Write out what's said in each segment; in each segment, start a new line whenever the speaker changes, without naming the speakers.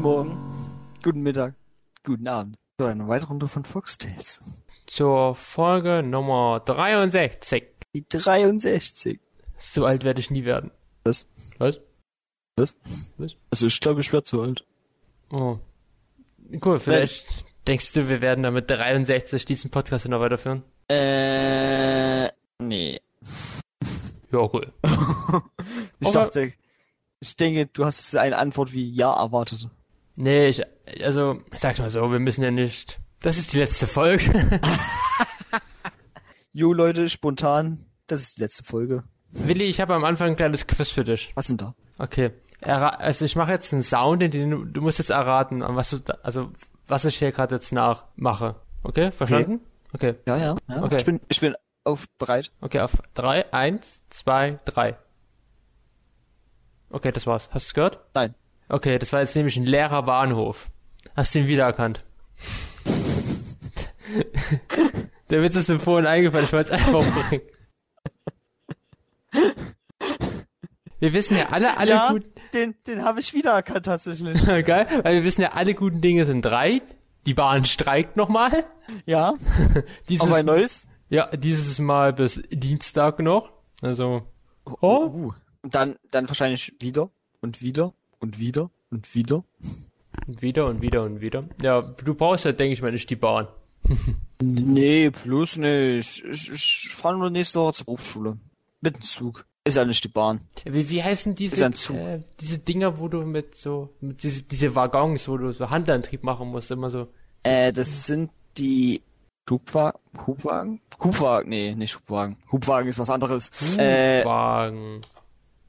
Morgen, guten Mittag, guten Abend zu einer weiteren Runde von Foxtails.
Zur Folge Nummer 63.
Die 63.
So alt werde ich nie werden.
Was?
Was?
Was?
Was?
Also ich glaube, ich werde zu alt.
Oh. Cool, vielleicht denkst du, wir werden damit 63 diesen Podcast noch weiterführen?
Äh, nee.
Ja, cool.
Ich
Aber-
dachte, ich denke, du hast jetzt eine Antwort wie Ja erwartet.
Nee, ich, also, ich sag's mal so, wir müssen ja nicht. Das ist die letzte Folge.
Jo Leute, spontan, das ist die letzte Folge.
Willi, ich habe am Anfang ein kleines Quiz für dich.
Was denn da?
Okay. Erra also ich mache jetzt einen Sound, in den du, du musst jetzt erraten, an was du da, also was ich hier gerade jetzt nachmache. Okay, verstanden? Okay.
Ja, ja. ja.
Okay.
Ich bin, ich bin auf bereit.
Okay, auf drei, eins, zwei, drei. Okay, das war's. Hast du's gehört?
Nein.
Okay, das war jetzt nämlich ein leerer Bahnhof. Hast du ihn wiedererkannt? Der Witz ist mir vorhin eingefallen, ich wollte es einfach bringen. Wir wissen ja alle, alle
ja,
gut.
den, den habe ich wiedererkannt tatsächlich.
Geil, weil wir wissen ja, alle guten Dinge sind drei. Die Bahn streikt nochmal.
ja, auf
Dieses,
ein neues.
ja, dieses Mal bis Dienstag noch. Also, oh,
Uh. Und dann, dann wahrscheinlich wieder und wieder und wieder und wieder.
und wieder und wieder und wieder. Ja, du brauchst ja, denke ich mal, nicht die Bahn.
Nee, bloß nicht. Ich, ich fahre nur nächste Woche zur Berufsschule. Mit dem Zug. Ist ja nicht die Bahn.
Wie, wie heißen
Ist
diese,
ein Zug.
äh, diese Dinger, wo du mit so, mit diese, diese Waggons, wo du so Handantrieb machen musst, immer so.
Äh, das sind die Hubwagen? Hubwagen? Hubwagen? Nee, nicht Hubwagen. Hubwagen ist was anderes.
Hm.
Äh,
Wagen.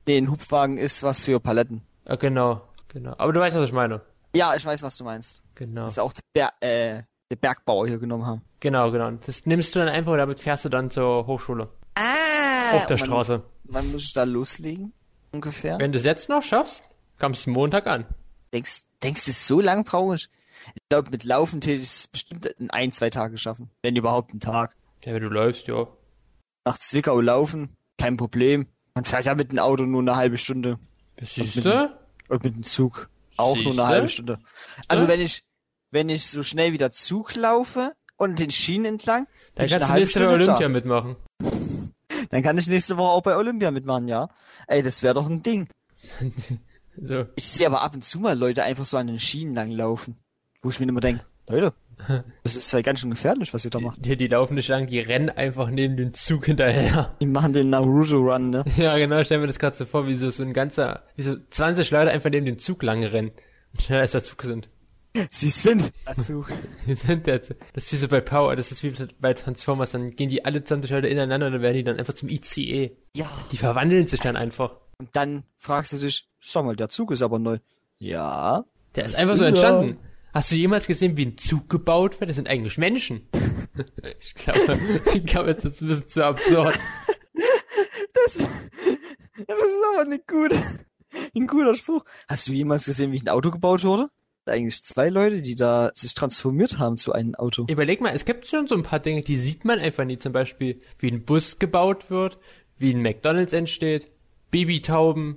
nee, ein Hubwagen ist was für Paletten.
Ja, genau, genau. Aber du weißt, was ich meine.
Ja, ich weiß, was du meinst.
Genau.
Das ist auch der, Ber äh, der Bergbauer hier genommen haben.
Genau, genau. Das nimmst du dann einfach und damit fährst du dann zur Hochschule.
Ah!
Auf der Straße.
Wann muss ich da loslegen? Ungefähr?
Wenn du es jetzt noch schaffst, kommst du Montag an.
Denkst, denkst du, so lang brauche ich? Ich glaube, mit Laufen hätte ich es bestimmt in ein, zwei Tagen schaffen. Wenn überhaupt einen Tag.
Ja, wenn du läufst, ja.
Nach Zwickau laufen, kein Problem. Man fährt ja mit dem Auto nur eine halbe Stunde.
Siehst du?
Und mit dem Zug auch nur
Siehste?
eine halbe Stunde. Also wenn ich, wenn ich so schnell wie der Zug laufe und den Schienen entlang, bin
Dann
ich eine
kannst du
halbe
nächste Woche
Stunde da.
Olympia mitmachen.
Dann kann ich nächste Woche auch bei Olympia mitmachen, ja. Ey, das wäre doch ein Ding.
So.
Ich sehe aber ab und zu mal Leute einfach so an den Schienen lang laufen. Wo ich mir immer denke, Leute, das ist halt ganz schön gefährlich, was ihr da macht.
Die, die laufen nicht lang, die rennen einfach neben dem Zug hinterher.
Die machen den Naruto-Run, ne?
Ja, genau, stell mir das gerade so vor, wie so, so ein ganzer, wie so 20 Leute einfach neben dem Zug lang rennen. Und schneller als der Zug sind.
Sie sind dazu.
Die sind der Zug. Das ist wie so bei Power, das ist wie bei Transformers, dann gehen die alle 20 Leute ineinander und dann werden die dann einfach zum ICE.
Ja.
Die verwandeln sich dann einfach.
Und dann fragst du dich, sag mal, der Zug ist aber neu. Ja.
Der ist
Das
einfach so
ist er.
entstanden. Hast du jemals gesehen, wie ein Zug gebaut wird? Das sind eigentlich Menschen. ich glaube, ich glaube, es ist ein bisschen zu absurd.
Das, das ist aber eine gute, ein guter Spruch. Hast du jemals gesehen, wie ein Auto gebaut wurde? Eigentlich zwei Leute, die da sich transformiert haben zu einem Auto.
Überleg mal, es gibt schon so ein paar Dinge, die sieht man einfach nie. Zum Beispiel, wie ein Bus gebaut wird, wie ein McDonalds entsteht, Babytauben.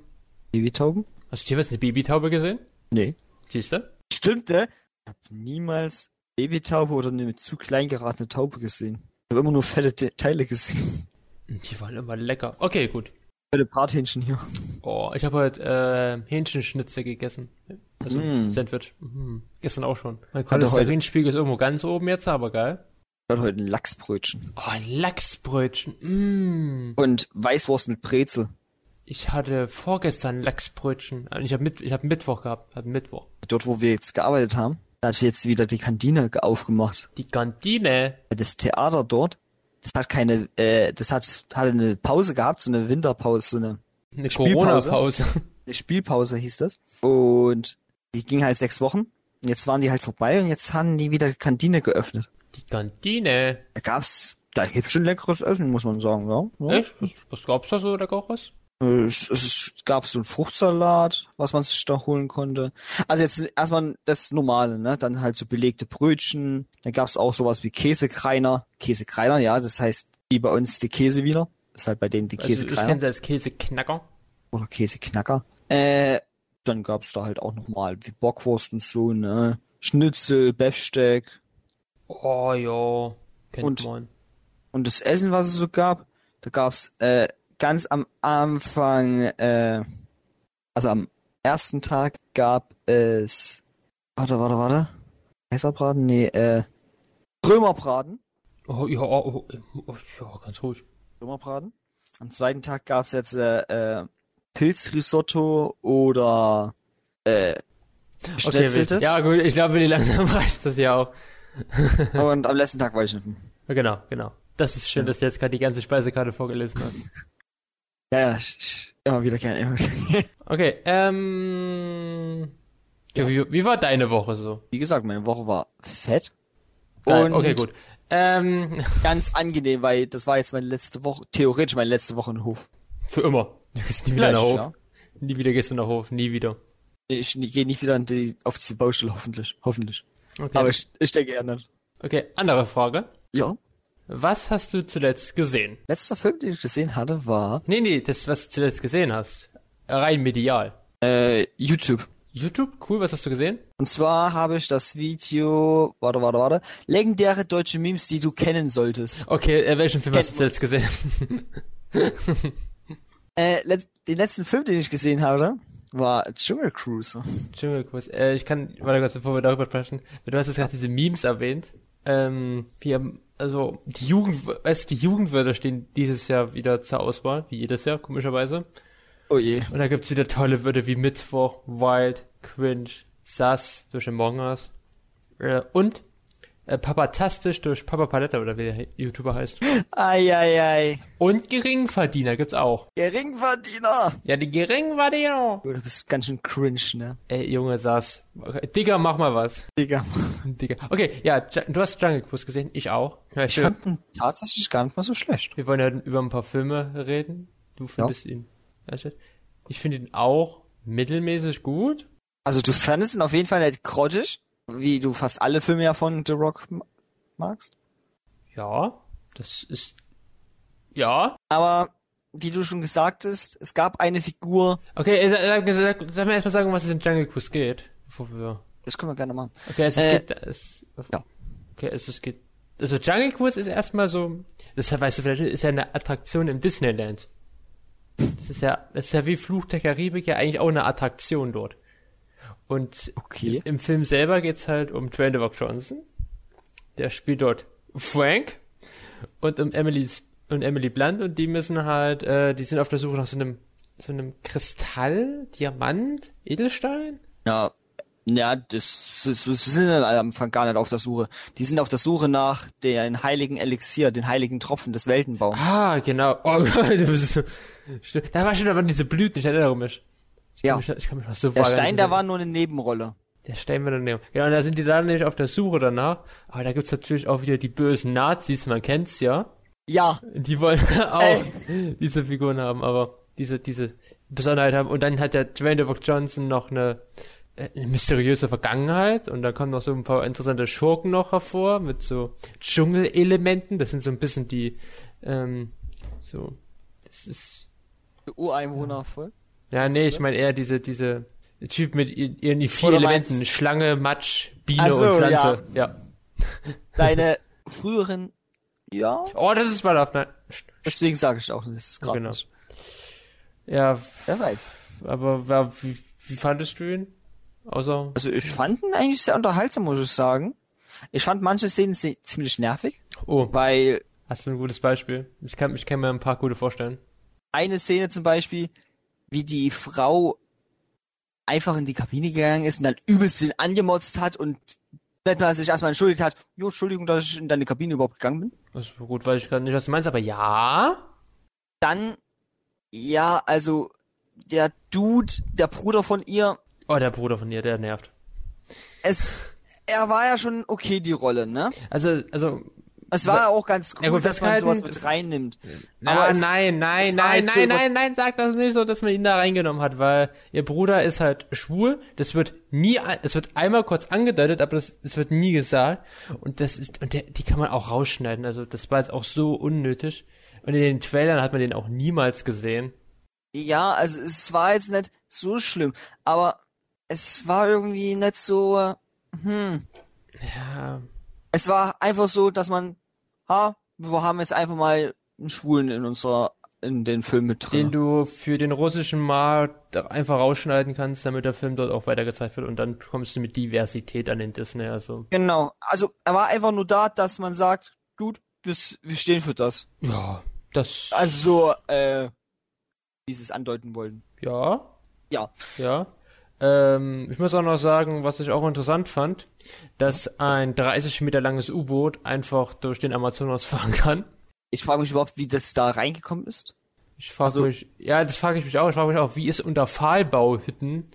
Babytauben?
Hast du jemals eine Babytaube gesehen?
Nee.
Siehst du?
Stimmt, ne? Ich hab niemals Babytaube oder eine zu klein geratene Taube gesehen. Ich habe immer nur fette Te Teile gesehen.
Die waren immer lecker. Okay, gut.
Fette Brathähnchen hier.
Oh, ich habe heute äh, Hähnchenschnitzel gegessen. Also
Mm.
Sandwich. Mm. Gestern auch schon. Mein
heute-
Cholesterinspiegel ist irgendwo ganz oben jetzt, aber geil.
Ich hatte heute ein Lachsbrötchen.
Oh, ein Lachsbrötchen. Mm.
Und Weißwurst mit Brezel.
Ich hatte vorgestern Lachsbrötchen. Also Ich habe mit, ich hab Mittwoch gehabt. Hat Mittwoch.
dort, wo wir jetzt gearbeitet haben, da hat jetzt wieder die Kantine ge- aufgemacht.
Die Kantine.
Das Theater dort, das hat keine, äh, das hat, hatte eine Pause gehabt, so eine Winterpause, so eine,
Eine
Spielpause.
Corona-Pause.
eine Spielpause hieß das. Und die ging halt sechs Wochen. Und jetzt waren die halt vorbei und jetzt haben die wieder die Kantine geöffnet.
Die Kantine.
Da gab's, da gibt's schon leckeres Essen, muss man sagen, ja. ja.
Echt? Was, was gab's da so leckeres?
Äh, Es, es gab so einen Fruchtsalat, was man sich da holen konnte. Also jetzt erstmal das Normale, ne? Dann halt so belegte Brötchen. Dann gab's auch sowas wie Käsekreiner. Käsekreiner, ja, das heißt wie bei uns die Käse wieder. Ist halt bei denen die
Also, ich
Käsekreiner
kenne sie als Käseknacker.
oder Käseknacker. Äh, dann gab's da halt auch nochmal wie Bockwurst und so, ne? Schnitzel, Befsteck.
Oh, jo. Kennt
Und-
man.
Und das Essen, was es so gab, da gab's äh, ganz am Anfang, äh, also am ersten Tag gab es. Warte, warte, warte. Kaiserbraten? Nee, äh. Römerbraten.
Oh, ja, oh, oh, oh, ja, ganz ruhig.
Römerbraten. Am zweiten Tag gab's jetzt äh, äh, Pilzrisotto oder äh,
wir-
Schnitzeltes.
Ja, gut, ich glaube, die langsam reicht das ja auch.
Und am letzten Tag weiß ich nicht mehr.
Ja, Genau, genau. Das ist schön, dass du jetzt gerade die ganze Speisekarte vorgelesen hast.
Ja, ja, sch- sch- immer wieder gerne. Immer wieder.
Okay, ähm. Ja, wie, wie war deine Woche so?
Wie gesagt, meine Woche war fett.
Geil,
Und
okay, gut. Ähm,
ganz angenehm, weil das war jetzt meine letzte Woche, theoretisch meine letzte Woche in den Hof.
für immer. Du gehst nie wieder nach Hof.
ja.
Nie wieder gehst du nach Hof, nie wieder.
Ich gehe nicht wieder in die, auf diese Baustelle, hoffentlich. Hoffentlich.
Okay.
Aber ich, ich denke eher nicht.
okay, andere Frage.
Ja.
Was hast du zuletzt gesehen?
Letzter Film, den ich gesehen hatte, war
Nee, nee, das, was du zuletzt gesehen hast. Rein medial.
äh, YouTube.
YouTube, cool, was hast du gesehen?
Und zwar habe ich das Video, warte, warte, warte, legendäre deutsche Memes, die du kennen solltest.
Okay, äh, welchen Film hast du
Kennt
zuletzt gesehen?
Äh, let, den letzten Film, den ich gesehen hatte, war Dschungelcruise.
Jungle Cruise. Äh, ich kann, warte kurz, bevor wir darüber sprechen. Du hast jetzt gerade diese Memes erwähnt. Ähm, wir haben, also, die Jugend, weißt du, die Jugendwörter stehen dieses Jahr wieder zur Auswahl, wie jedes Jahr, komischerweise.
Oh je.
Und da gibt's wieder tolle Wörter wie Mittwoch, Wild, Cringe, Sass durch Among Us. Äh, und äh, Papatastisch durch Papa Paletta, oder wie der YouTuber heißt.
Eieiei.
Und Geringverdiener gibt's auch.
Geringverdiener.
Ja, die Geringverdiener.
Du bist ganz schön cringe, ne?
Ey, Junge, Sass. Digga, mach mal was.
Digga.
Digga. Okay, ja, Ju- du hast Jungle Cruise gesehen, ich auch. Ja,
Ich
schön.
fand ihn tatsächlich gar nicht mal so schlecht.
Wir wollen ja über ein paar Filme reden. Du findest ihn. Ja, shit. Ich finde ihn auch mittelmäßig gut.
Also du fandest ihn auf jeden Fall nicht grottig, wie du fast alle Filme ja von The Rock ma- magst.
Ja, das ist. Ja.
Aber wie du schon gesagt hast, es gab eine Figur,
Okay, äh, sag, sag, sag, sag mir erstmal sagen, um was es in Jungle Cruise geht. Bevor wir.
das können wir gerne machen.
Okay, also es
Äh,
geht. Es,
ja.
Okay, also es geht. Also Jungle Cruise ist erstmal so. Das weißt du vielleicht, ist ja eine Attraktion im Disneyland. Das ist ja, das ist ja wie Fluch der Karibik ja eigentlich auch eine Attraktion dort. Und
Okay.
Im Film selber geht's halt um Dwayne The Rock Johnson. Der spielt dort Frank und um Emily und Emily Blunt und die müssen halt, äh, die sind auf der Suche nach so einem so einem Kristall, Diamant, Edelstein.
Ja, ja, das, das, das sind dann am Anfang gar nicht auf der Suche. Die sind auf der Suche nach den heiligen Elixier, den heiligen Tropfen des Weltenbaums.
Ah, genau. Oh, du bist so, stimmt. da war schon aber diese Blüten, ich erinnere mich. Ich kann,
Ja.
mich, noch- ich kann mich noch so
Der
vage an
Stein,
diese-
da war nur eine Nebenrolle.
Der Stein war daneben. Genau, und da sind die dann nämlich auf der Suche danach. Aber da gibt's natürlich auch wieder die bösen Nazis, man kennt's ja.
Ja,
Die wollen auch diese Figuren haben, aber diese, diese Besonderheit haben. Und dann hat der Dwayne The Rock Johnson noch eine, äh, eine mysteriöse Vergangenheit und da kommen noch so ein paar interessante Schurken noch hervor mit so Dschungelelementen. Das sind so ein bisschen die, ähm, so, das ist,
der Ureinwohner voll.
ja, nee, ich meine eher diese, diese Typ mit i- ihren vier
Oder
Elementen.
meinst-
Schlange, Matsch, Biene
Ach so,
und Pflanze. Ja.
Deine früheren, ja,
Oh, das ist mal auf, nein.
deswegen sage ich auch, das ist gerade.
Genau.
nicht.
Ja,
Wer weiß.
aber wer- wie, wie fandest du ihn? Außer
Also ich fand ihn eigentlich sehr unterhaltsam, muss ich sagen. Ich fand manche Szenen se- ziemlich nervig,
Oh,
weil
hast du ein gutes Beispiel? Ich kann, ich kann mir ein paar gute vorstellen.
eine Szene zum Beispiel, wie die Frau einfach in die Kabine gegangen ist und dann übelst den angemotzt hat und nicht mal sich erstmal entschuldigt hat. Jo, Entschuldigung, dass ich in deine Kabine überhaupt gegangen bin.
Das ist gut, weil ich gerade nicht, was du meinst, aber ja.
Dann, ja, also der Dude, der Bruder von ihr,
Oh, der Bruder von dir, der nervt.
es, er war ja schon okay, die Rolle, ne?
Also, also,
Es war ja auch ganz cool,
Ja, gut,
dass man
festgehalten-
sowas mit reinnimmt.
ah,
es-
nein, nein,
es war
nein,
halt so
nein,
über-
nein, nein, sag das nicht so, dass man ihn da reingenommen hat, weil ihr Bruder ist halt schwul. Das wird nie, ein- es wird einmal kurz angedeutet, aber das, es wird nie gesagt. Und das ist, und der, die kann man auch rausschneiden. Also, das war jetzt auch so unnötig. Und in den Trailern hat man den auch niemals gesehen.
Ja, also es war jetzt nicht so schlimm, aber es war irgendwie nicht so, äh, hm.
Ja,
Es war einfach so, dass man, ha, wir haben jetzt einfach mal einen Schwulen in unserer, in den Film mit drin.
den du für den russischen Markt einfach rausschneiden kannst, damit der Film dort auch weitergezeigt wird und dann kommst du mit Diversität an den Disney. Also,
Genau. Also er war einfach nur da, dass man sagt, gut, das, wir stehen für das.
ja, das.
Also, äh, wie sie es andeuten wollen.
Ja.
Ja.
Ja. Ähm, ich muss auch noch sagen, was ich auch interessant fand, dass ein 30 Meter langes U-Boot einfach durch den Amazonas fahren kann.
Ich frage mich überhaupt, wie das da reingekommen ist.
Ich frage
Also-
mich, ja, das frage ich mich auch. Ich frage mich auch, wie ist unter Pfahlbauhütten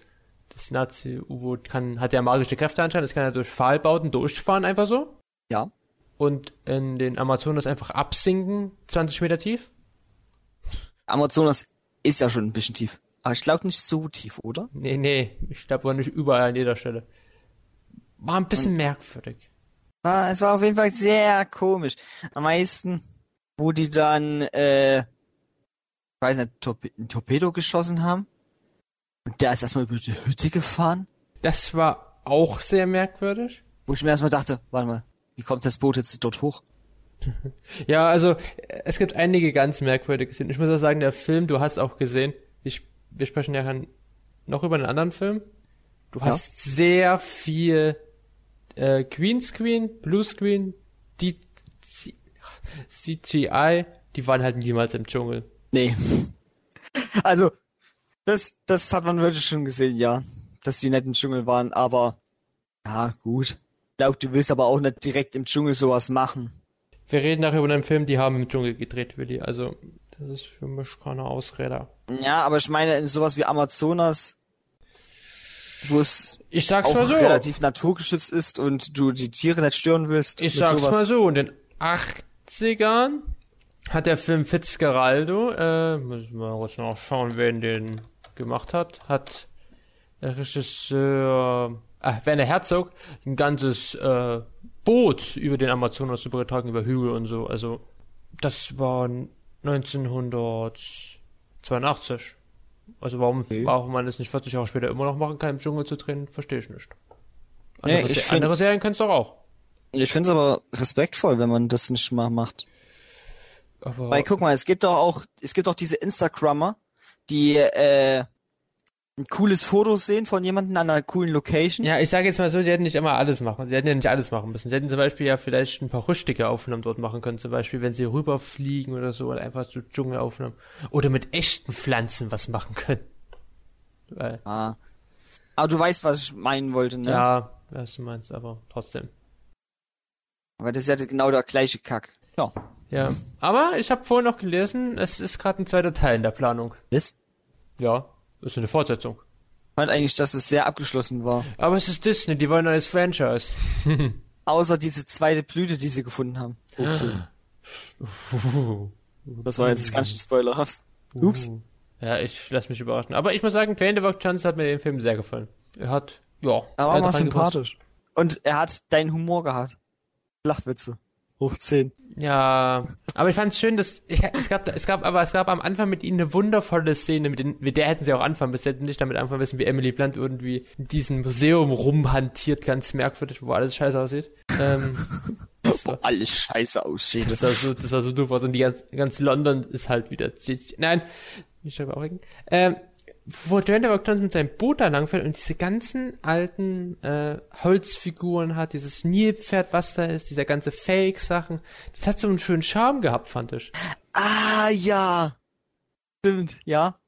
das Nazi-U-Boot kann, hat ja magische Kräfte anscheinend, das kann ja durch Pfahlbauten durchfahren einfach so.
Ja.
Und in den Amazonas einfach absinken, 20 Meter tief.
Amazonas ist ja schon ein bisschen tief. Aber ich glaube nicht so tief, oder?
Nee, nee, ich glaube aber nicht überall an jeder Stelle. War ein bisschen merkwürdig.
Ah, es war auf jeden Fall sehr komisch. Am meisten, wo die dann, äh, ich weiß nicht, Torpe ein Torpedo geschossen haben. Und der ist erstmal über die Hütte gefahren.
Das war auch sehr merkwürdig.
Wo ich mir erstmal dachte, warte mal, wie kommt das Boot jetzt dort hoch?
Ja, also äh, es gibt einige ganz merkwürdige Szenen. Ich muss auch sagen, der Film, du hast auch gesehen, ich, wir sprechen ja dann noch über einen anderen Film. Du hast sehr viel äh, Greenscreen, Bluescreen, die C- CGI, die waren halt niemals im Dschungel.
Nee. Also, das, das hat man wirklich schon gesehen, ja. Dass die nicht im Dschungel waren, aber ja, gut. Ich glaube, du willst aber auch nicht direkt im Dschungel sowas machen.
Wir reden nachher über einen Film, die haben im Dschungel gedreht, Willi. Also, das ist für mich keine Ausrede.
Ja, aber ich meine, in sowas wie Amazonas, wo es
Ich sag's
auch
mal so.
relativ naturgeschützt ist und du die Tiere nicht stören willst.
Ich
mit
sag's
sowas.
mal so, in den 80ern hat der Film Fitzgeraldo, äh, müssen wir kurz nachschauen, wen den gemacht hat, hat der Regisseur, ah, Werner Herzog, ein ganzes äh, Boot über den Amazonas übertragen, über Hügel und so. Also, das war 1982. Also warum,
Okay.
warum man das nicht 40 Jahre später immer noch machen kann, im Dschungel zu drehen, verstehe ich nicht.
Nee,
Andere,
ich
Se
find-
andere Serien kannst du doch auch.
Ich finde es aber respektvoll, wenn man das nicht mal macht.
Aber
Weil guck mal, es gibt doch auch, es gibt doch diese Instagrammer, die äh, ein cooles Foto sehen von jemandem an einer coolen Location.
Ja, ich sage jetzt mal so, sie hätten nicht immer alles machen. Sie hätten ja nicht alles machen müssen. Sie hätten zum Beispiel ja vielleicht ein paar rüstige Aufnahmen dort machen können, zum Beispiel, wenn sie rüberfliegen oder so, oder einfach so Dschungelaufnahmen. Oder mit echten Pflanzen was machen können. Weil,
Ah. Aber du weißt, was ich meinen wollte, ne?
ja, was du meinst, aber trotzdem.
Weil das ist ja genau der gleiche Kack. Ja.
Ja. Aber ich habe vorhin noch gelesen, es ist gerade ein zweiter Teil in der Planung.
Das?
Ja, ist eine Fortsetzung.
Ich fand eigentlich, dass es sehr abgeschlossen war.
Aber es ist Disney, die wollen ein neues Franchise.
Außer diese zweite Blüte, die sie gefunden haben. Oh, Entschuldigung. das war jetzt ganz schön spoilerhaft. Ups.
Ja, ich lass mich überraschen. Aber ich muss sagen, Dwayne The Rock Johnson hat mir den Film sehr gefallen. Er hat, ja.
Er war
er hat
mal
reingepasst.
sympathisch. Und er hat deinen Humor gehabt. Lachwitze. Hoch 10.
Ja, aber ich fand es schön, dass ich, es gab, es gab, aber es gab am Anfang mit ihnen eine wundervolle Szene, mit, den, mit der hätten sie auch anfangen müssen, Sie hätten nicht damit anfangen müssen, wie Emily Blunt irgendwie in diesem Museum rumhantiert, ganz merkwürdig, wo alles scheiße aussieht. Ähm, das war,
Alles scheiße aussehen.
das war so, das war so doof, also die ganz, ganz London ist halt wieder, nein, mich darüber aufregen. Ähm, wo Dwayne The Rock Johnson mit seinem Boot da langfährt und diese ganzen alten äh, Holzfiguren hat, dieses Nilpferd, was da ist, dieser ganze Fake-Sachen, das hat so einen schönen Charme gehabt, fand ich.
Ah, ja. Stimmt, ja.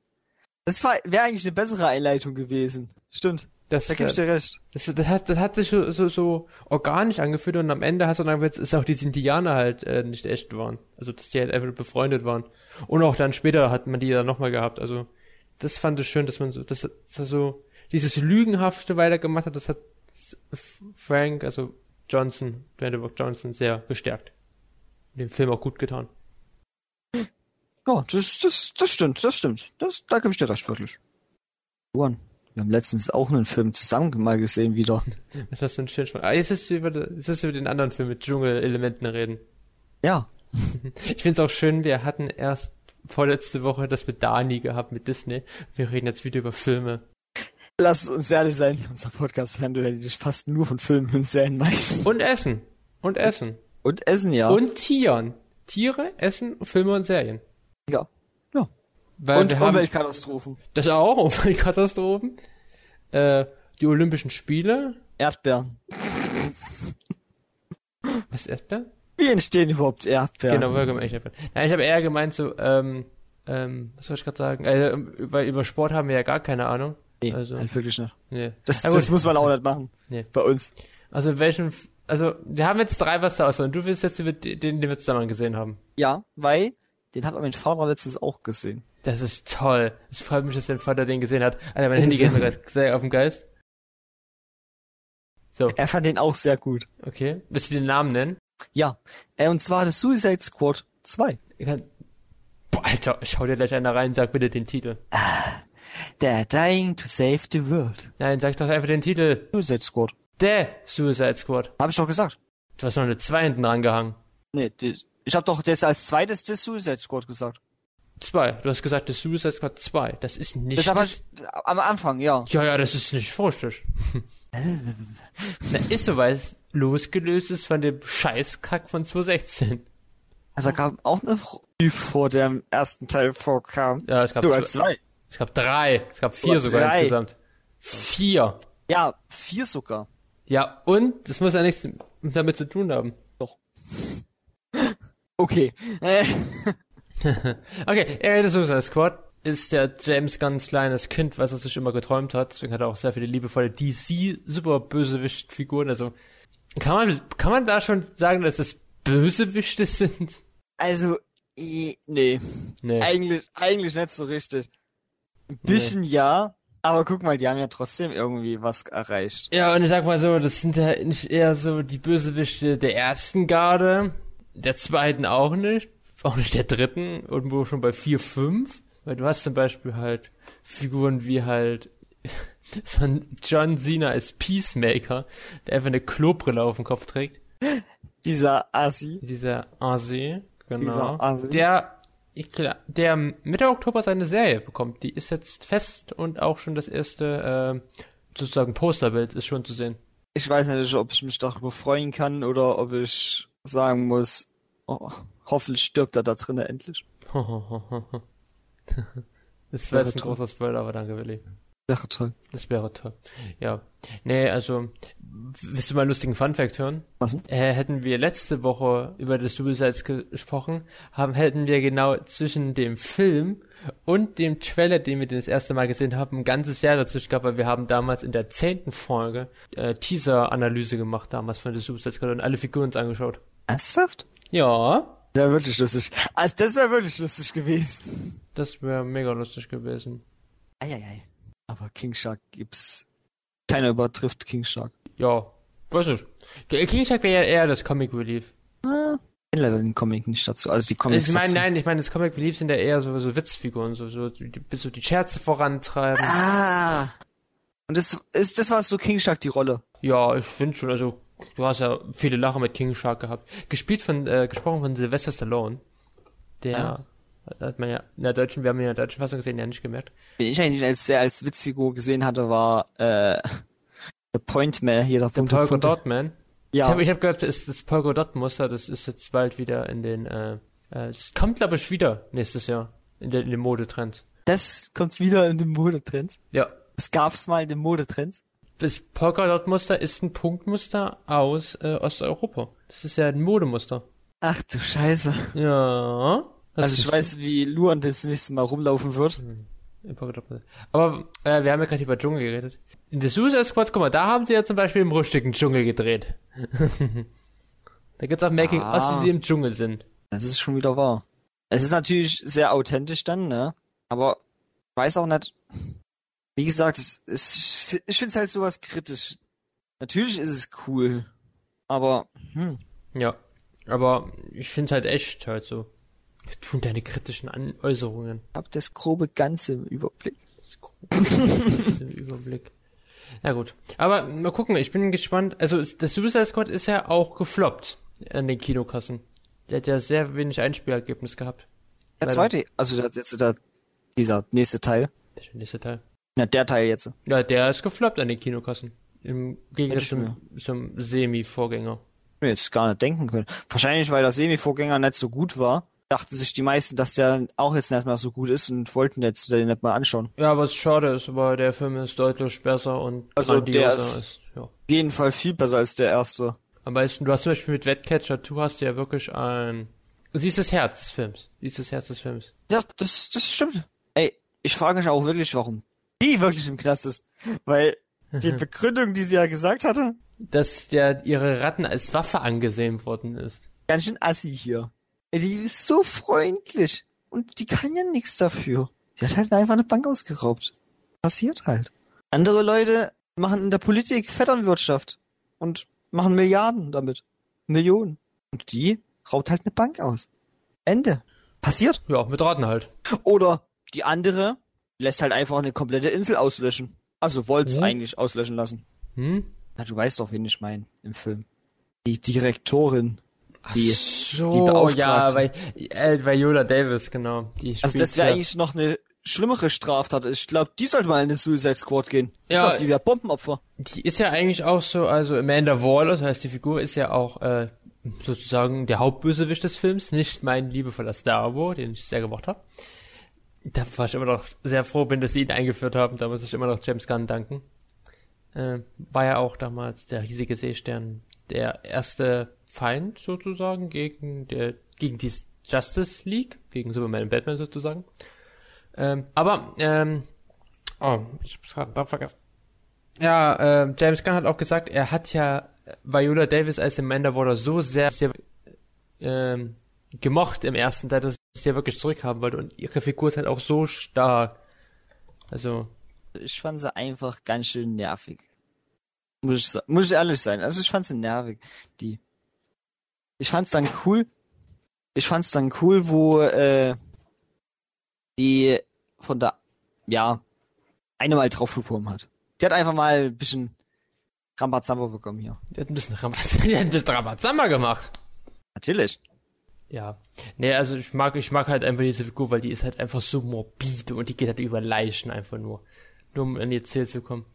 Das wäre eigentlich eine bessere Einleitung gewesen. Stimmt,
Das,
da gebe ich dir recht.
das, das, hat, das hat sich so, so, so organisch angefühlt und am Ende hast du dann gewusst, dass auch diese Indianer halt äh, nicht echt waren. Also, dass die halt einfach befreundet waren. Und auch dann später hat man die ja nochmal gehabt. Also, das fand ich schön, dass man so, dass, dass er so dieses Lügenhafte weitergemacht hat. Das hat S- F- Frank, also Johnson, Dwayne The Rock Johnson, sehr gestärkt. Dem Film auch gut getan.
Ja, das, das, das stimmt, das stimmt. Das, da gebe ich dir recht, wirklich. Juan, wir haben letztens auch einen Film zusammen mal gesehen wieder.
Das war so ein schöner Spaß. Ah, jetzt ist über, jetzt ist über den anderen Film mit Dschungel-Elementen reden.
Ja,
Ich finde es auch schön, wir hatten erst vorletzte Woche das mit Dani gehabt, mit Disney. Wir reden jetzt wieder über Filme.
Lass uns ehrlich sein, unser Podcast handelt fast nur von Filmen und Serien meistens.
Und Essen. Und Essen.
Und Essen, ja.
Und Tieren. Tiere, Essen, Filme und Serien.
ja. ja.
Weil
und
wir haben
Umweltkatastrophen.
das auch, oh Umweltkatastrophen. Äh, die Olympischen Spiele.
Erdbeeren.
Was Erdbeeren?
Wie entstehen überhaupt Erdbeeren?
Genau, vollkommen echt Erdbeeren. Nein, ich habe eher gemeint so, ähm, ähm, was soll ich gerade sagen? Äh, weil über Sport haben wir ja gar keine Ahnung.
Nee,
Also-
halt wirklich nicht.
Nee.
Das,
Ja, gut.
das muss man auch nicht machen.
Nee.
Bei uns.
Also in welchem, F- also wir haben jetzt drei, was da aus und du willst jetzt über den, den wir zusammen gesehen haben.
Ja, weil den hat mein Vater letztens auch gesehen.
Das ist toll. Es freut mich, dass dein Vater den gesehen hat. Alter, mein
Das
Handy
ist-
geht mir gerade sehr auf den Geist. So,
Er fand den auch sehr gut.
okay. Willst du den Namen nennen?
Ja. Äh, und zwar das Suicide Squad 2.
Ich kann, boah, Alter, ich hau dir gleich einer rein, sag bitte den Titel.
They're dying to save the world.
Nein, sag doch einfach den Titel.
Suicide Squad.
Der Suicide Squad.
Hab ich doch gesagt.
Du hast noch eine 2 hinten rangehangen.
Nee, das, ich habe doch jetzt als zweites das Suicide Squad gesagt.
Zwei. Du hast gesagt, das Suicide Squad 2. Das ist nicht.
Das aber
das-
am Anfang, ja.
Ja, ja, das ist nicht richtig. Na, ist so, weil es losgelöst ist von dem Scheißkack von 2016.
Also da gab auch eine Typ vor, der im ersten Teil vorkam.
Ja, es gab,
Du
zwei-
als zwei.
es gab drei. Es gab vier
hast
sogar
drei.
insgesamt. Vier.
Ja, vier sogar.
Ja, und das muss ja nichts damit zu tun haben.
Okay. Äh,
Okay, äh, das Suicide Squad ist der James ganz kleines Kind, was er sich immer geträumt hat. Deswegen hat er auch sehr viele liebevolle DC-Super-Bösewicht-Figuren. Also, kann man, kann man da schon sagen, dass das Bösewichte sind?
also, eh, nee.
Nee.
Eigentlich, eigentlich nicht so richtig. Ein bisschen ja, aber guck mal, die haben ja trotzdem irgendwie was erreicht.
Ja, und ich sag mal so, das sind ja nicht eher so die Bösewichte der ersten Garde, der zweiten auch nicht, auch nicht der dritten, irgendwo schon bei vier fünf Weil du hast zum Beispiel halt Figuren wie halt so ein John Cena als Peacemaker, der einfach eine Klobrille auf dem Kopf trägt.
Dieser Assi.
Dieser Arse, genau.
Dieser Arse.
Der, ich glaub, der Mitte Oktober seine Serie bekommt. Die ist jetzt fest und auch schon das erste, äh, sozusagen Posterbild ist schon zu sehen.
Ich weiß nicht, ob ich mich darüber freuen kann oder ob ich sagen muss, oh, hoffentlich stirbt er da drinnen endlich.
Das wäre
Wäre
jetzt ein
toll.
großer Spoiler, aber danke, Willi.
Wäre toll.
Das wäre toll. Ja. Nee, also, willst du mal einen lustigen Funfact hören?
Was denn?
Äh, hätten wir letzte Woche über das Suicides gesprochen, haben, hätten wir genau zwischen dem Film und dem Trailer, den wir das erste Mal gesehen haben, ein ganzes Jahr dazwischen gehabt, weil wir haben damals in der zehnten Folge äh, Teaser-Analyse gemacht, damals von der Suicide Squad und alle Figuren uns angeschaut.
Ernsthaft?
Ja.
Ja, wirklich lustig. Also, das wäre wirklich lustig gewesen.
Das wäre mega lustig gewesen.
Eieiei. Aber King Shark gibt's. Keiner übertrifft King Shark.
Ja, weiß nicht. Der King Shark wäre ja eher das Comic Relief.
Ah, kenn leider den Comic nicht dazu. Also die Comics.
Ich meine,
dazu.
nein, ich meine, das Comic Relief sind ja eher so, so Witzfiguren, so, so, die, die- so die Scherze vorantreiben.
Ah. Und das ist, das war so King Shark die Rolle.
Ja, ich finde schon, also du hast ja viele Lachen mit King Shark gehabt. Gespielt von, äh, gesprochen von Sylvester Stallone. Der hat man ja in der deutschen, wir haben ihn in der deutschen Fassung gesehen, ja nicht gemerkt.
Den ich eigentlich als, sehr als Witzfigur gesehen hatte, war, äh, der Point Man hier. Der,
Der
bunte
Polka
Punkt.
Dot Man. Ich
Ja.
habe ich hab gehört, das, das Polka Dot Muster, das ist jetzt bald wieder in den, äh, äh, es kommt glaube ich wieder nächstes Jahr in den, in den Modetrend.
das kommt wieder in den Modetrends.
Ja,
Das gab's mal in den Modetrends.
Das Polkadot-Muster ist ein Punktmuster aus äh, Osteuropa. Das ist ja ein Modemuster.
Ach du Scheiße.
Ja. Das
Also
ist
ich weiß, wie Luan das nächste Mal rumlaufen wird.
ein Polkadot-Muster. Aber äh, wir haben ja gerade über Dschungel geredet. In der Suicide Squad, guck mal, da haben sie ja zum Beispiel im rustigen Dschungel gedreht. da gibt's auch Making aus,
Ah.
wie sie im Dschungel sind.
Das ist schon wieder wahr. Es ist natürlich sehr authentisch dann, ne? Aber ich weiß auch nicht. Wie gesagt, es, es, ich finde es halt sowas kritisch. Natürlich ist es cool, aber hm,
Ja. Aber ich finde halt echt halt so. Tun deine kritischen An Äußerungen.
ich hab das grobe Ganze im Überblick.
Das große Überblick. Ja gut. Aber mal gucken, ich bin gespannt. Also ist- das Suicide Squad ist ja auch gefloppt an den Kinokassen. Der hat ja sehr wenig Einspielergebnis gehabt.
Der
Leider.
zweite, also der, jetzt der, dieser nächste Teil.
Der nächste Teil.
Ja, der Teil jetzt.
Ja, der ist gefloppt an den Kinokassen. Im Gegensatz
ich
zum, zum Semi-Vorgänger.
Mir jetzt gar nicht denken können. Wahrscheinlich, weil der Semi-Vorgänger nicht so gut war, dachten sich die meisten, dass der auch jetzt nicht mehr so gut ist und wollten jetzt den nicht mal anschauen.
Ja, was schade ist, weil der Film ist deutlich besser und
Also, der ist-
grandioser ist. Ja.
Auf jeden Fall viel besser als der erste.
Am meisten, du hast zum Beispiel mit Redcatcher 2 hast du ja wirklich ein. Sie ist das Herz des Films. Sie ist das Herz des Films.
Ja, das, das stimmt. Ey, ich frage mich auch wirklich, warum die wirklich im Knast ist. Weil die Begründung, die sie ja gesagt hatte,
Dass ja ihre Ratten als Waffe angesehen worden ist.
ganz schön assi hier. Ey, Die ist so freundlich. Und die kann ja nichts dafür. Sie hat halt einfach eine Bank ausgeraubt. Passiert halt. Andere Leute machen in der Politik Vetternwirtschaft und machen Milliarden damit. Millionen. Und die raubt halt eine Bank aus. Ende. Passiert.
Ja, mit Ratten halt.
Oder die andere lässt halt einfach eine komplette Insel auslöschen. Also wollt's
Mhm.
eigentlich auslöschen lassen.
Hm?
Na, du weißt doch, wen ich meine im Film. Die Direktorin.
Ach
Die- die
so, ja,
Beauftragte.
weil, äh, weil Yoda Davis, genau. Die
Also
spielt
das wäre
ja-
eigentlich noch eine schlimmere Straftat. Ich glaube, die sollte mal in den Suicide Squad gehen. Ich
Ja.
glaube, die wäre Bombenopfer.
Die ist ja eigentlich auch so, also Amanda Waller, das heißt die Figur, ist ja auch äh, sozusagen der Hauptbösewicht des Films, nicht mein liebevoller Star Wars, den ich sehr gemocht habe. Da war ich immer noch sehr froh bin, dass sie ihn eingeführt haben. Da muss ich immer noch James Gunn danken. Äh, war ja auch damals der riesige Seestern der erste Feind sozusagen gegen, der, gegen die Justice League, gegen Superman und Batman sozusagen. Ähm, aber, ähm, oh, ich hab's gerade vergessen. Ja, ähm, James Gunn hat auch gesagt, er hat ja Viola Davis als Amanda Waller so sehr, sehr ähm, gemocht im ersten Teil, dass er sie ja wirklich zurückhaben wollte. Und ihre Figur ist halt auch so stark. Also,
Ich fand sie einfach ganz schön nervig. Muss ich, sa- muss ich ehrlich sein. Also ich fand sie nervig, die. Ich fand's dann cool. Ich fand's dann cool, wo äh, die von da, ja, eine mal drauf gekommen hat. Die hat einfach mal ein bisschen Rambazamba bekommen hier.
der hat ein bisschen Ramazamba, der hat ein bisschen Ramazamba gemacht.
Natürlich.
Ja. Nee, also ich mag, ich mag halt einfach diese Figur, weil die ist halt einfach so morbide und die geht halt über Leichen einfach nur. Nur um an ihr Ziel zu kommen.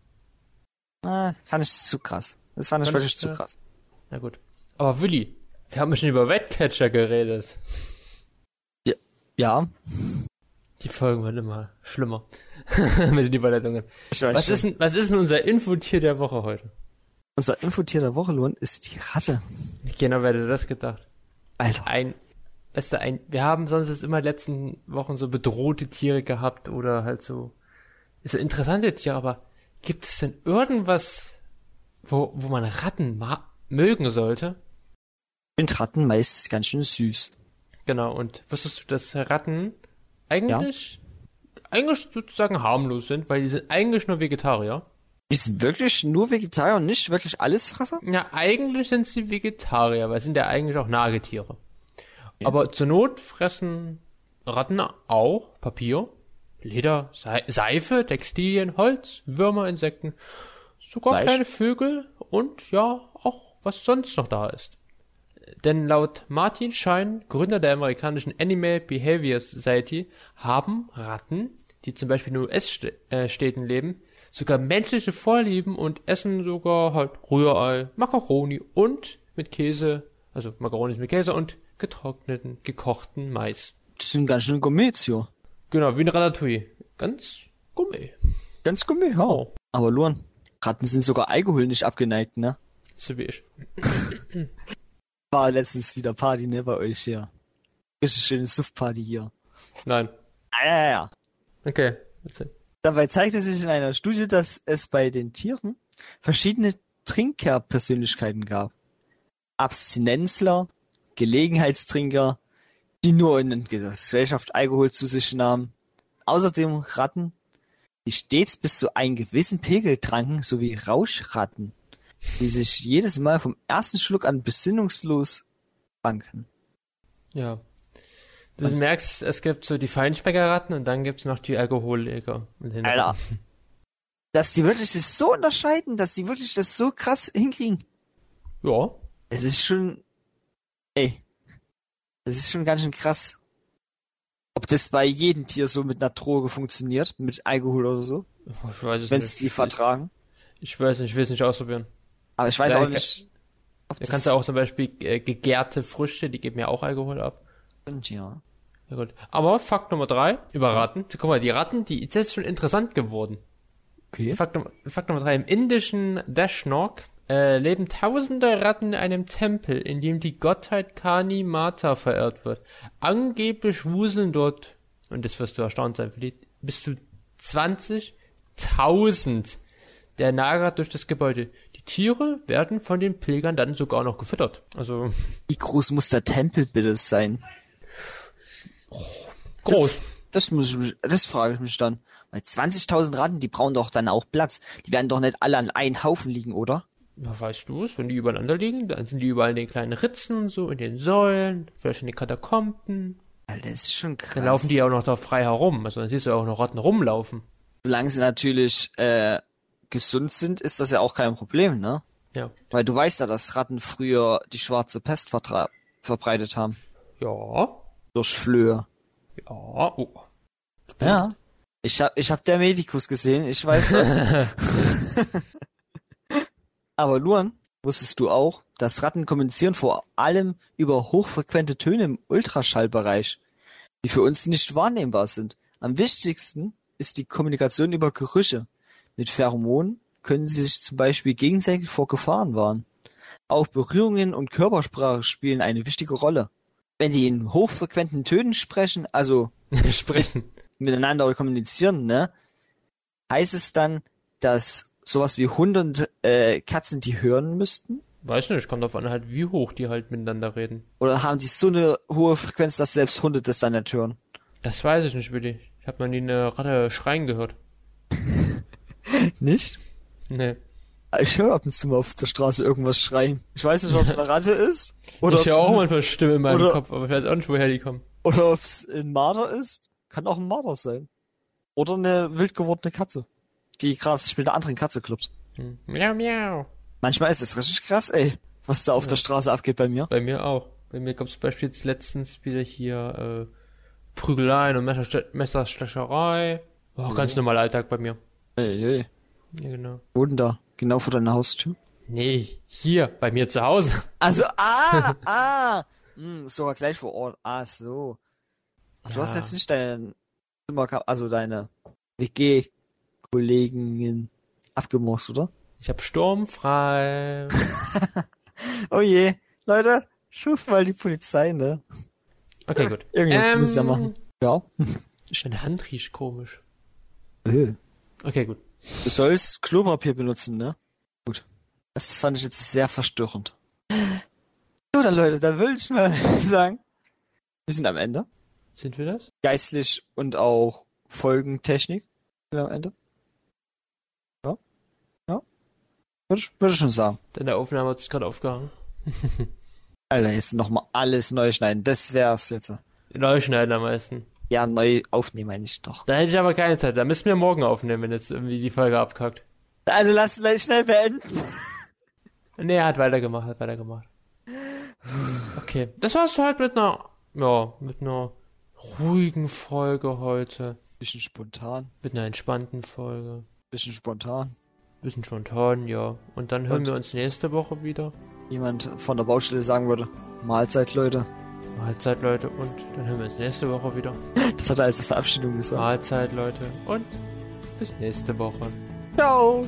Ah, fand ich zu krass. Das fand ich
Fand ich äh,
wirklich zu
krass.
krass.
Na gut. Aber Willi, wir haben ja schon über Redcatcher geredet.
Ja.
Die Folgen werden immer schlimmer. Mit den Überleitungen.
Ich weiß
Was
schon.
ist, denn- was ist denn unser Infotier der Woche heute?
Unser Infotier der Woche, Lohn, ist die Ratte.
Genau, wer hätte das gedacht?
Alter.
Ein, weißt du, ein, wir haben sonst jetzt immer in den letzten Wochen so bedrohte Tiere gehabt oder halt so, so interessante Tiere, aber gibt es denn irgendwas, wo, wo man Ratten ma mögen sollte?
Ich finde Ratten meist ganz schön süß.
Genau, und wusstest du, dass Ratten eigentlich, eigentlich sozusagen harmlos sind, weil die sind eigentlich nur Vegetarier?
Die sind wirklich nur Vegetarier und nicht wirklich Allesfresser?
Ja, eigentlich sind sie Vegetarier, weil es sind ja eigentlich auch Nagetiere. Aber zur Not fressen Ratten auch Papier, Leder, Se Seife, Textilien, Holz, Würmer, Insekten, sogar
Fleisch.
kleine Vögel und ja, auch was sonst noch da ist. Denn laut Martin Schein, Gründer der amerikanischen Animal Behavior Society, haben Ratten, die zum Beispiel in US-Städten äh, leben, sogar menschliche Vorlieben und essen sogar halt Rührei, Macaroni und mit Käse, also Macaronis mit Käse und getrockneten, gekochten Mais.
Das sind ganz schön Gourmets hier.
Genau, wie ein Ratatouille. Ganz Gummi.
Ganz Gourmet, ja.
Oh.
Aber Luan, Ratten sind sogar Alkohol nicht abgeneigt, ne?
So wie ich.
War letztens wieder Party, ne, bei euch hier. Richtig schöne Suff-Party hier.
Nein.
Ah, ja, ja, ja.
Okay. erzähl.
Dabei zeigte sich in einer Studie, dass es bei den Tieren verschiedene Trinkerpersönlichkeiten gab. Abstinenzler, Gelegenheitstrinker, die nur in der Gesellschaft Alkohol zu sich nahmen. Außerdem Ratten, die stets bis zu einem gewissen Pegel tranken, sowie Rauschratten, die sich jedes Mal vom ersten Schluck an besinnungslos banken.
Ja. Du
Was?
merkst, es gibt so die Feinspeckerratten und dann gibt's noch die Alkoholiker. Und den-
Alter. Dass die wirklich das so unterscheiden, dass die wirklich das so krass hinkriegen.
Ja.
Es ist schon. Ey. Es ist schon ganz schön krass. Ob das bei jedem Tier so mit einer Droge funktioniert, mit Alkohol oder so,
Ich weiß es
wenn
nicht.
es die vertragen.
Ich weiß nicht, ich will es nicht ausprobieren.
Aber ich weiß
Ja,
auch
ich-
nicht, ob
Da
das
kannst du auch zum Beispiel äh, gegärte Früchte, die geben ja auch Alkohol ab.
stimmt, ja.
Ja gut. Aber Fakt Nummer drei, über Ratten. So, guck mal, die Ratten, die ist jetzt schon interessant geworden.
Okay.
Fakt, Num- Fakt Nummer drei, im indischen Dashnork äh, leben tausende Ratten in einem Tempel, in dem die Gottheit Kani Mata verehrt wird. Angeblich wuseln dort, und das wirst du erstaunt sein, Philipp, bis zu 20.000 der Nager durch das Gebäude. Die Tiere werden von den Pilgern dann sogar noch gefüttert. Also
Wie groß muss der Tempel bitte sein?
groß.
Das, das, muss ich, mich- das frage ich mich dann. Weil 20.000 Ratten, die brauchen doch dann auch Platz. Die werden doch nicht alle an einen Haufen liegen, oder?
Ja, weißt du es, wenn die übereinander liegen, dann sind die überall in den kleinen Ritzen und so, in den Säulen, vielleicht in den Katakomben.
Alter, das ist schon krass.
Dann laufen die ja auch noch da frei herum. Also dann siehst du auch noch Ratten rumlaufen.
Solange sie natürlich äh, gesund sind, ist das ja auch kein Problem, ne?
Ja.
Weil du weißt ja, dass Ratten früher die schwarze Pest vertra- verbreitet haben.
Ja.
Durch Flöhe.
Ja. Oh.
Ja. Ich hab, ich hab der Medikus gesehen, ich weiß das. Aber Luan, wusstest du auch, dass Ratten kommunizieren vor allem über hochfrequente Töne im Ultraschallbereich, die für uns nicht wahrnehmbar sind. Am wichtigsten ist die Kommunikation über Gerüche. Mit Pheromonen können sie sich zum Beispiel gegenseitig vor Gefahren warnen. Auch Berührungen und Körpersprache spielen eine wichtige Rolle. Wenn die in hochfrequenten Tönen sprechen, also
Sprechen.
miteinander kommunizieren, ne, heißt es dann, dass sowas wie Hunde und äh, Katzen die hören müssten?
Weiß nicht, kommt davon halt, wie hoch die halt miteinander reden.
Oder haben die so eine hohe Frequenz, dass selbst Hunde das dann nicht hören?
Das weiß ich nicht, bitte. Ich hab noch nie eine Ratte schreien gehört.
Nicht?
Nee.
Ich höre ab und zu mal auf der Straße irgendwas schreien. Ich weiß nicht, ob es eine Ratte ist oder
ich höre auch
ob
manchmal Stimmen in meinem
oder-
Kopf, aber ich weiß auch nicht, woher die kommen.
es ein Marder ist. Kann auch ein Marder sein. Oder eine wild gewordene Katze, die gerade sich mit einer anderen Katze kloppt.
Hm. Miau, miau.
Manchmal ist es richtig krass, ey, was da auf der Straße abgeht bei mir.
Bei mir auch. Bei mir gab es beispielsweise letztens wieder hier äh, Prügeleien und Messerste- Messerstecherei. War auch
Mhm.
ganz normaler Alltag bei mir.
Ey, ey.
Ja, genau.
Wo denn da? Genau vor deiner Haustür?
Nee, hier, bei mir zu Hause.
Also, ah, ah. Hm, sogar gleich vor Ort. Ah, so. Ach, Du hast
Ja.
jetzt nicht deine Zimmer, also deine WG-Kollegin abgemorst, oder?
Ich hab sturmfrei.
Oh je. Leute, schuf mal die Polizei, ne?
Okay, gut. Ähm,
Irgendwas muss ich ja machen. Ja.
Meine Hand riecht komisch.
Du
Okay, gut.
sollst Klopapier benutzen, ne? Gut. Das fand ich jetzt sehr verstörend. So, dann Leute, dann würde ich mal sagen, wir sind am Ende.
Sind wir das?
geistlich und auch Folgentechnik am Ende. Ja. Ja. Würde ich, würde ich schon sagen.
Denn der Aufnahme hat sich gerade aufgehangen.
Alter, jetzt nochmal alles neu schneiden. Das wär's jetzt.
Neu schneiden am meisten.
Ja, neu aufnehmen eigentlich doch.
Da hätte ich aber keine Zeit. Da müssen wir morgen aufnehmen, wenn jetzt irgendwie die Folge abkackt.
Also lass gleich schnell beenden.
Nee, er hat weitergemacht, hat weitergemacht. Okay, das war's halt mit einer, ja, mit einer ruhigen Folge heute.
Bisschen spontan.
Mit einer entspannten Folge.
Bisschen spontan.
Bisschen spontan, ja. Und dann hören
Und-
wir uns nächste Woche wieder.
Jemand von der Baustelle sagen würde, Mahlzeit, Leute.
Mahlzeit, Leute. Und dann hören wir uns nächste Woche wieder.
Das hat er als Verabschiedung gesagt.
Mahlzeit, Leute. Und bis nächste Woche.
Ciao.